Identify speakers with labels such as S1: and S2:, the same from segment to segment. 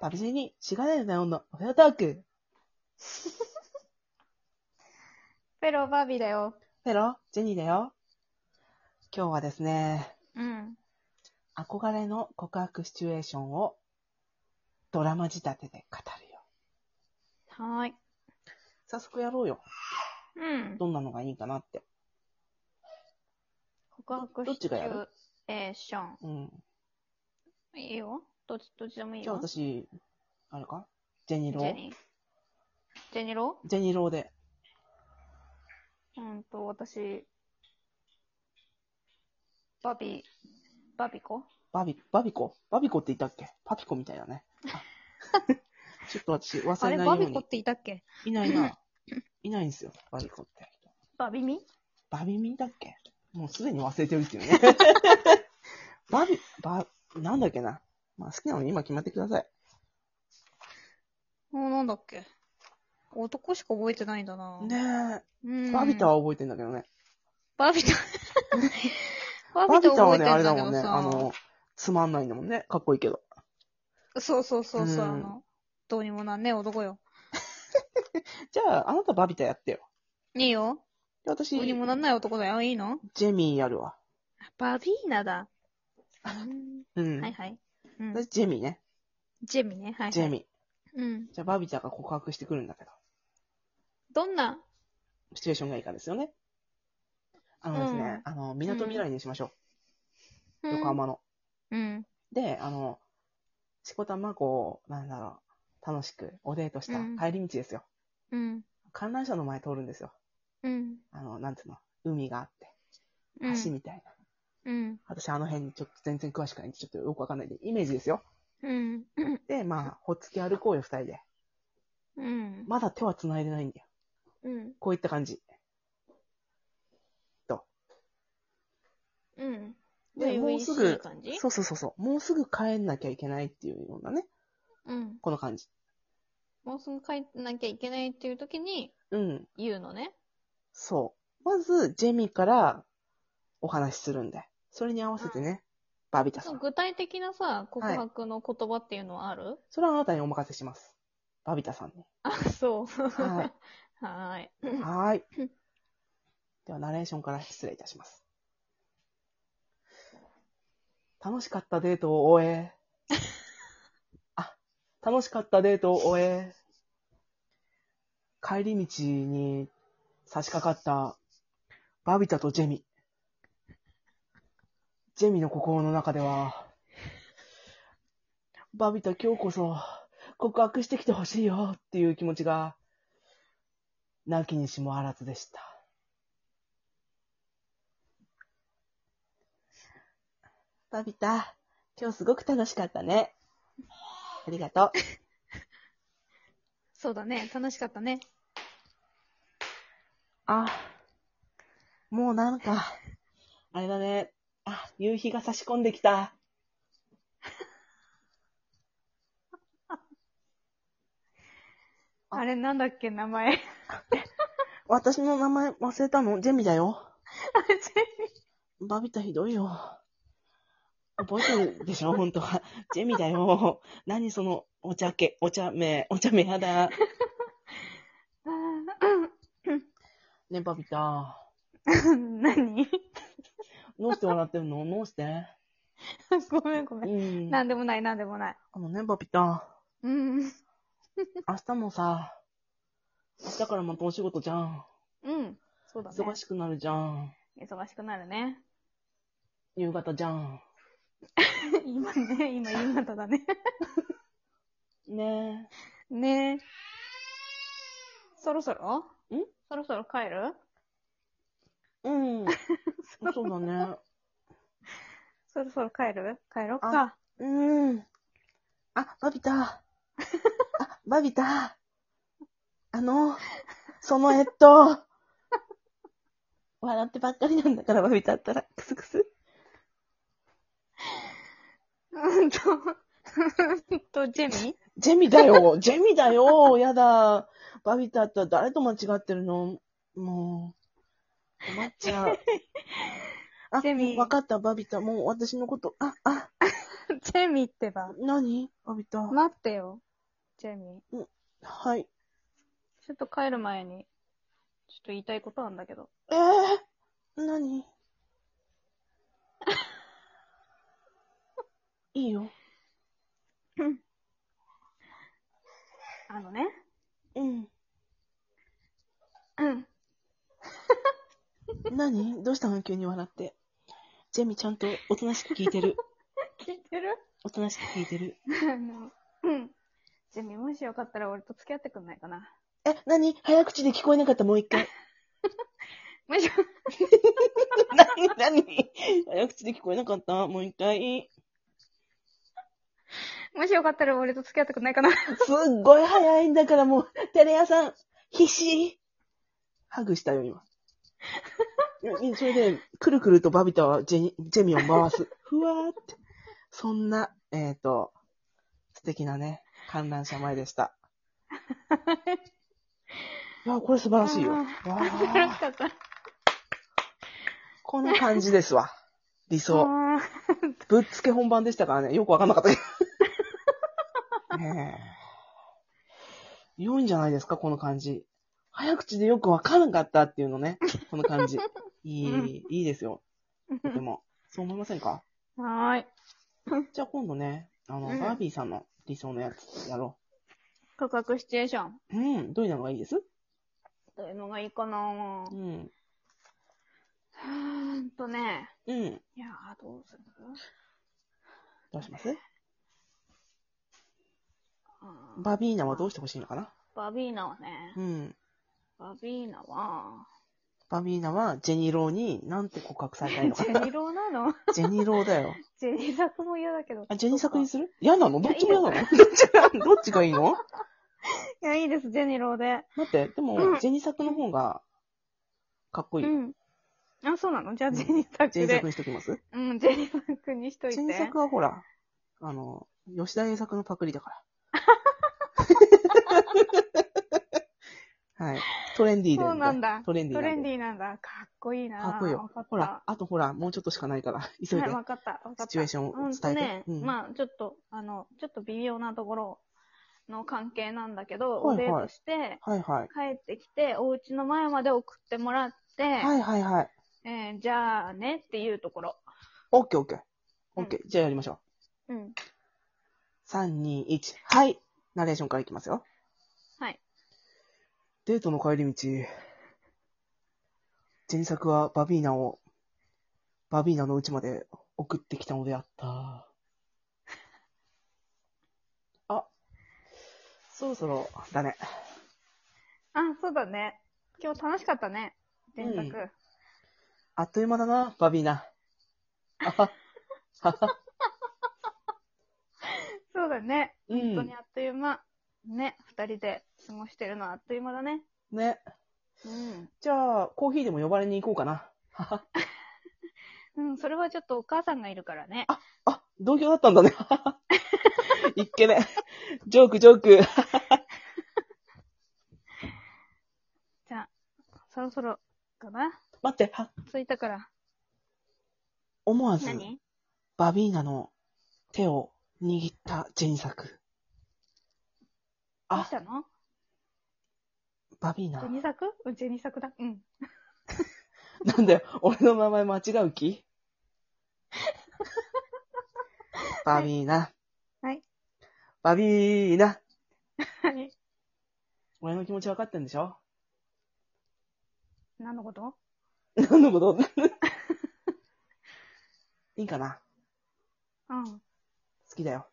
S1: パブジに、しがないな女、お部屋トーク。
S2: ペロバービーだよ。
S1: ペロ、ジェニーだよ。今日はですね、
S2: うん。
S1: 憧れの告白シチュエーションをドラマ仕立てで語るよ。
S2: はーい。
S1: 早速やろうよ。
S2: うん。
S1: どんなのがいいかなって。
S2: 告白
S1: どっちがやる
S2: シチュエーショ
S1: うん。
S2: ン。いいよ。どっち、どっちでもいい
S1: じゃあ
S2: よ。
S1: 私、あれかジェニロ
S2: ジェ
S1: ー
S2: ニー。ジェニロ
S1: ジェニローで。
S2: うんと、私、バビ、バビコ
S1: バビ、バビコバビコって言ったっけパピコみたいだね。あ ちょっと私、忘
S2: あ
S1: れ
S2: れ、
S1: ないよ
S2: バ
S1: う
S2: ビコ
S1: に
S2: っ。ていたっけ
S1: いないな。いないんですよ、バビコって。
S2: バビミ
S1: バビミだっけもうすでに忘れてるっていう ね。バビ、バ、なんだっけな。まあ好きなのに今決まってください。
S2: お、なんだっけ男しか覚えてないんだな。
S1: ね
S2: う
S1: え。
S2: ん。
S1: バビタは覚えてんだけどね。
S2: バビタ。 バ
S1: バビタ
S2: 覚
S1: は
S2: えて
S1: ね、
S2: ん
S1: あれ
S2: だ
S1: だ
S2: け
S1: も
S2: ど
S1: んね。
S2: さ
S1: あの、つまんないんだもんね。かっこいいけど。
S2: そうそうそ
S1: う
S2: うそう、
S1: ん
S2: あの、どうにもなんねえ男よ。
S1: じゃあ、あなたバビタやってよ。
S2: いいよ。
S1: で私、
S2: どうに
S1: ジ
S2: もなんない男だよ。いいの
S1: ェミーやるわ。
S2: バビーナだ。
S1: うん。
S2: はいはい。うん、
S1: 私、ジェミーね。
S2: ジェミね。はい、はい。
S1: ジェミー。
S2: うん。
S1: じゃあ、バビタが告白してくるんだけど、
S2: どんな
S1: シチュエーションがいいかですよね。あのですね、あの、港未来にしましょう。横。浜の。
S2: うん。
S1: で、あの、しこたまこう、なんだろう、楽しくおデートした
S2: うん
S1: 帰り道ですよ。
S2: うん。
S1: 観覧車の前通るんですよ。
S2: うん。
S1: あの、なんつうの、海があって、
S2: うん。
S1: 橋みたいな。
S2: うん。
S1: 私、あの辺にちょっと全然詳しくないんで、ちょっとよくわかんないんで、イメージですよ。
S2: うん。うん。
S1: で、まあ、ほっつき歩こうよ、二人で。
S2: うん。
S1: まだ手は繋いでないんだよ。
S2: うん。
S1: こういった感じ。
S2: うん。
S1: で
S2: 初々
S1: もうすぐ
S2: しい感じ
S1: そうそうそうそう。もうすぐ帰んなきゃいけないっていうようなね、
S2: うん。
S1: この感じ。
S2: もうすぐ帰んなきゃいけないっていう時に
S1: うん。
S2: 言うのね。
S1: そう。まず、ジェミからお話しするんで。それに合わせてね、バービタさ。
S2: そうん具体的なさ、告白の言葉っていうのはある、
S1: それはあなたにお任せします。バビタさんに。
S2: あ、 そう。
S1: は
S2: はーい。
S1: はーい
S2: うん。
S1: では、ナレーションから失礼いたします。楽しかったデートを終 え。あ、楽しかったデートを終え。帰り道に差し掛かったバビタとジェミ。ジェミの心の中では、バビタ今日こそ告白してきてほしいよっていう気持ちがなきにしもあらずでした。バビタ、今日すごく楽しかったね。ありがとう。
S2: そうだね。楽しかったね。
S1: あ、もうなんか、あれだね。あ、夕日が差し込んできた。あ
S2: あれなんだっけ、名前。
S1: 私の名前忘れたのジェミだよ。
S2: ジ
S1: バビタひどいよ。覚えてるで しょ本当は。ジェミだよ。何その、お茶け、お茶目、お茶目やだ。ね、バビタ。
S2: 何
S1: どうして笑ってるのどうして
S2: ごめんご
S1: う
S2: めん。
S1: ん。
S2: なんでもない、なんでもない。
S1: あのね、バビタ、
S2: うん。
S1: 明日もさ、明日からまたお仕事じゃん。
S2: うん。そうだね。
S1: 忙しくなるじゃん。
S2: 忙しくなるね。
S1: 夕方じゃん。
S2: 今ね、今夕方だね。
S1: ね
S2: ねえ。そろそろ
S1: ん
S2: そろそろ帰る
S1: え。 うん。そうだね。
S2: そろそろ帰る帰ろっか。
S1: うん。あ、バビ タ。あ、バビタ。あの、そのえっ と、笑ってばっかりなんだから、バビタったら、クスクス。
S2: うんと、 うんと、ジ ェミ
S1: ジェミだよ、ジェミだよ、やだ。バビタったら誰と間違ってるのもう、困っちゃう。あ、
S2: ジェミ
S1: わかった、バビタ。もう私のこと、あ、あ、
S2: チェミってば。
S1: 何バビタ。
S2: 待ってよ。チェミ。
S1: はい。
S2: ちょっと帰る前に、ちょっと言いたいことなんだけど。
S1: ええー、何いいよ。
S2: あのね。
S1: うん。
S2: うん。
S1: 何どうしたの急に笑って。ジェミちゃんとおとなしく聞いてる。
S2: 聞いてる
S1: おとなしく聞いてる。
S2: あの、うん。ジェミ、もしよかったら俺と付き合ってくんないかな。
S1: え、何早口で聞こえなかったもう一回。
S2: もしよ、
S1: 何何早口で聞こえなかったもう一回。
S2: もしよかったら俺と付き合ってくんないかな。
S1: すっごい早いんだからもう、テレ屋さん、必死。ハグしたよ、今。いそれで、くるくるとバビタはジェニジェミを回す。ふわーって。そんな、えっ、と、素敵なね、観覧車前でした。いや、これ素晴らしいよ。
S2: あ
S1: わ
S2: ー楽し
S1: あ、
S2: かった。
S1: こんな感じですわ。理想。
S2: あ
S1: ぶっつけ本番でしたからね、よくわかんなかったけ ど。ねえ。良いんじゃないですか、この感じ。早口でよくわかんなかったっていうのね、この感 じ。い
S2: うん
S1: い、いいですよ。とて
S2: ー
S1: も。そう思いませんか
S2: はーい。
S1: じゃあ今度ね、あの、
S2: うん
S1: バービーさんの理想のやつやろ
S2: 価格シチュエーション。
S1: う。うん、どういうのがいいです
S2: どういうのがいいかなぁ
S1: う。ん。
S2: うーんとね。
S1: うん。
S2: いやー、どうする
S1: どうします
S2: あー
S1: バビーナはどうしてほしいのかな
S2: バビーナはね
S1: う。ん。
S2: バビーナは、
S1: バビーナはジェニローになんて告白されたいの
S2: ジ
S1: か
S2: ェ
S1: な
S2: ニローなの
S1: ジェニローだよ。
S2: ジェニ作も嫌だけど。
S1: あ、ジェニ作に
S2: そ
S1: する嫌なのどっちも嫌なの
S2: いや
S1: ど っちが、どっちがいいの
S2: っかいや、いいです、ジェニローで。
S1: 待って、でも、
S2: うん
S1: ジェニ作の方が、かっこいい。
S2: うん。あ、そうなのじゃあ、
S1: うん
S2: ジェニ作
S1: ジェニ
S2: で
S1: 作。にしときます
S2: うん、ジェニ作にしとい
S1: ジ
S2: て
S1: ェ。ニ作はほら、あの、吉田栄作のパクリだ から。はい。トレンディーで。
S2: そうなんだ
S1: トレンディ
S2: ト
S1: ーな
S2: レ
S1: ん
S2: ン
S1: で。
S2: ディーなんだ。かっこいいな
S1: かっこいい
S2: わ
S1: よ
S2: かっ。
S1: ほら
S2: た、。
S1: あとほら、もうちょっとしかないから、急いで
S2: はい。わかった。わかった。
S1: シチュエーションを伝えて
S2: うんとね、
S1: うん
S2: まあ、ちょっと、あの、ちょっと微妙なところの関係なんだけど、
S1: はいはい
S2: おデートして、
S1: はいはい。
S2: 帰ってきて、お家の前まで送ってもらって、
S1: はいはいはい。
S2: えーじゃあねっていうところ。
S1: オッケーオッケー。オ
S2: うん
S1: ッケー。じゃあやりましょ
S2: うん。
S1: う。3、2、1。はい。ナレーションからいきますよ。
S2: はい。
S1: デートの帰り道、前作はバビーナを、バビーナの家まで送ってきたのであった。あ、そろそろだね。
S2: あ、そうだね。今日楽しかったね。電卓。
S1: うんあっという間だな、バビーナ。あは、は は、
S2: そうだね。
S1: う
S2: 本当に
S1: ん
S2: あ。っという間。ね、二人で過ごしてるのはあっという間だね。
S1: ね。
S2: うん。
S1: じゃあ、コーヒーでも呼ばれに行こうかな。はは
S2: うん、それはちょっとお母さんがいるからね。
S1: あ、同居だったんだね。はははいっけね。ジョーク、ジョーク。
S2: じゃあ、そろそろかな
S1: 待って、は、
S2: 着いたから。
S1: 思わず。
S2: 何
S1: バビーナの手を握ったジェニサク。
S2: どう
S1: あ
S2: し、たの
S1: バビー
S2: ジ
S1: ナ
S2: ェ。ニ作うん、ジェニ作だ。うん。
S1: なんだよ、俺の名前間違う気バビーナ。
S2: はい。
S1: バビーナ。
S2: はい。
S1: 俺の気持ち分かってんでしょ
S2: 何のこと
S1: 何のこといいかな
S2: うん。
S1: 好きだよ。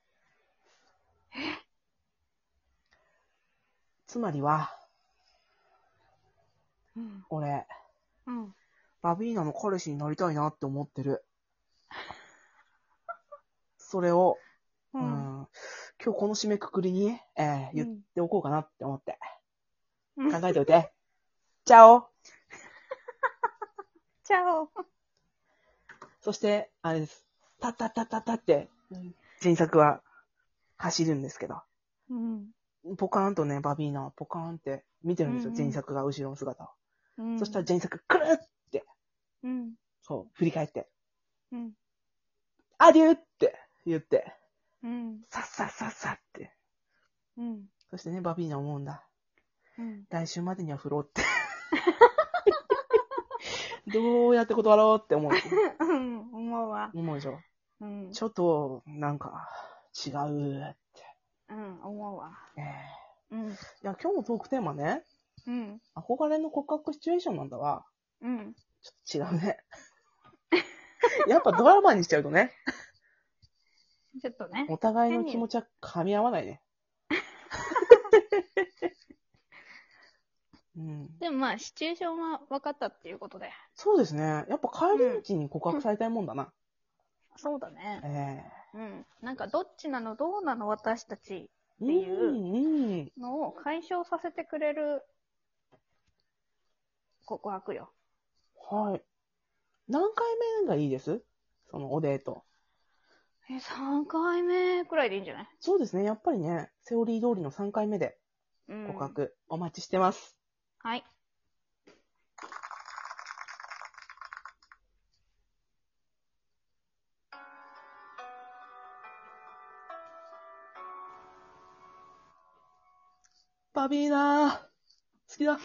S1: つまりは、
S2: うん。
S1: 俺、
S2: うん。
S1: バビーナの彼氏になりたいなって思ってる。 それを、
S2: う
S1: うん
S2: ん。
S1: 今日この締めくくりに、えー
S2: う
S1: 言っ
S2: ん
S1: ておこうかなって思って。
S2: うん
S1: 考えておいて。 チャオ
S2: チャオ
S1: そして、あれです。タッタッタッタッタって、人作は走るんですけど、
S2: うん。
S1: ポカーンとね、バビーナはポカーンって見てるんですよ、
S2: うんうん
S1: 人作が後ろの姿を。
S2: うん
S1: そしたら人作、くるっ
S2: うん。
S1: そう、振り返って、
S2: うん。
S1: アデューって言って、
S2: うん。
S1: さっさっさっさって。
S2: うん。
S1: そしてね、バビーナ思うんだ。
S2: うん。
S1: 来週までには振ろうって。 どうやって断ろうって思う。
S2: うん。思うわ。
S1: 思うでしょ。
S2: うん。
S1: ちょっと、なんか、違うって。
S2: うん。思うわ。
S1: ええ
S2: うん。
S1: いや、今日のトークテーマね、
S2: うん。
S1: 憧れの告白シチュエーションなんだわ。
S2: うん。
S1: ちょっと違うね。 やっぱドラマにしちゃうとね、
S2: ちょっとね。
S1: お互いの気持ちは噛み合わないね。うん、
S2: でもまあ、シチュエーションは分かったっていうことで。
S1: そうですね。やっぱ帰り道に告白されたいもんだな。
S2: そうだね。
S1: え
S2: うん。なんか、どっちなの、どうなの、私たち
S1: え
S2: っていう
S1: うん、うん。
S2: のを解消させてくれる告白よ。
S1: はい。何回目がいいですそのおデート。
S2: え、3回目くらいでいいんじゃない
S1: そうですね。やっぱりね、セオリー通りの3回目で
S2: うん。
S1: 告白お待ちしてます。
S2: はい。
S1: バビーナー、好きだ。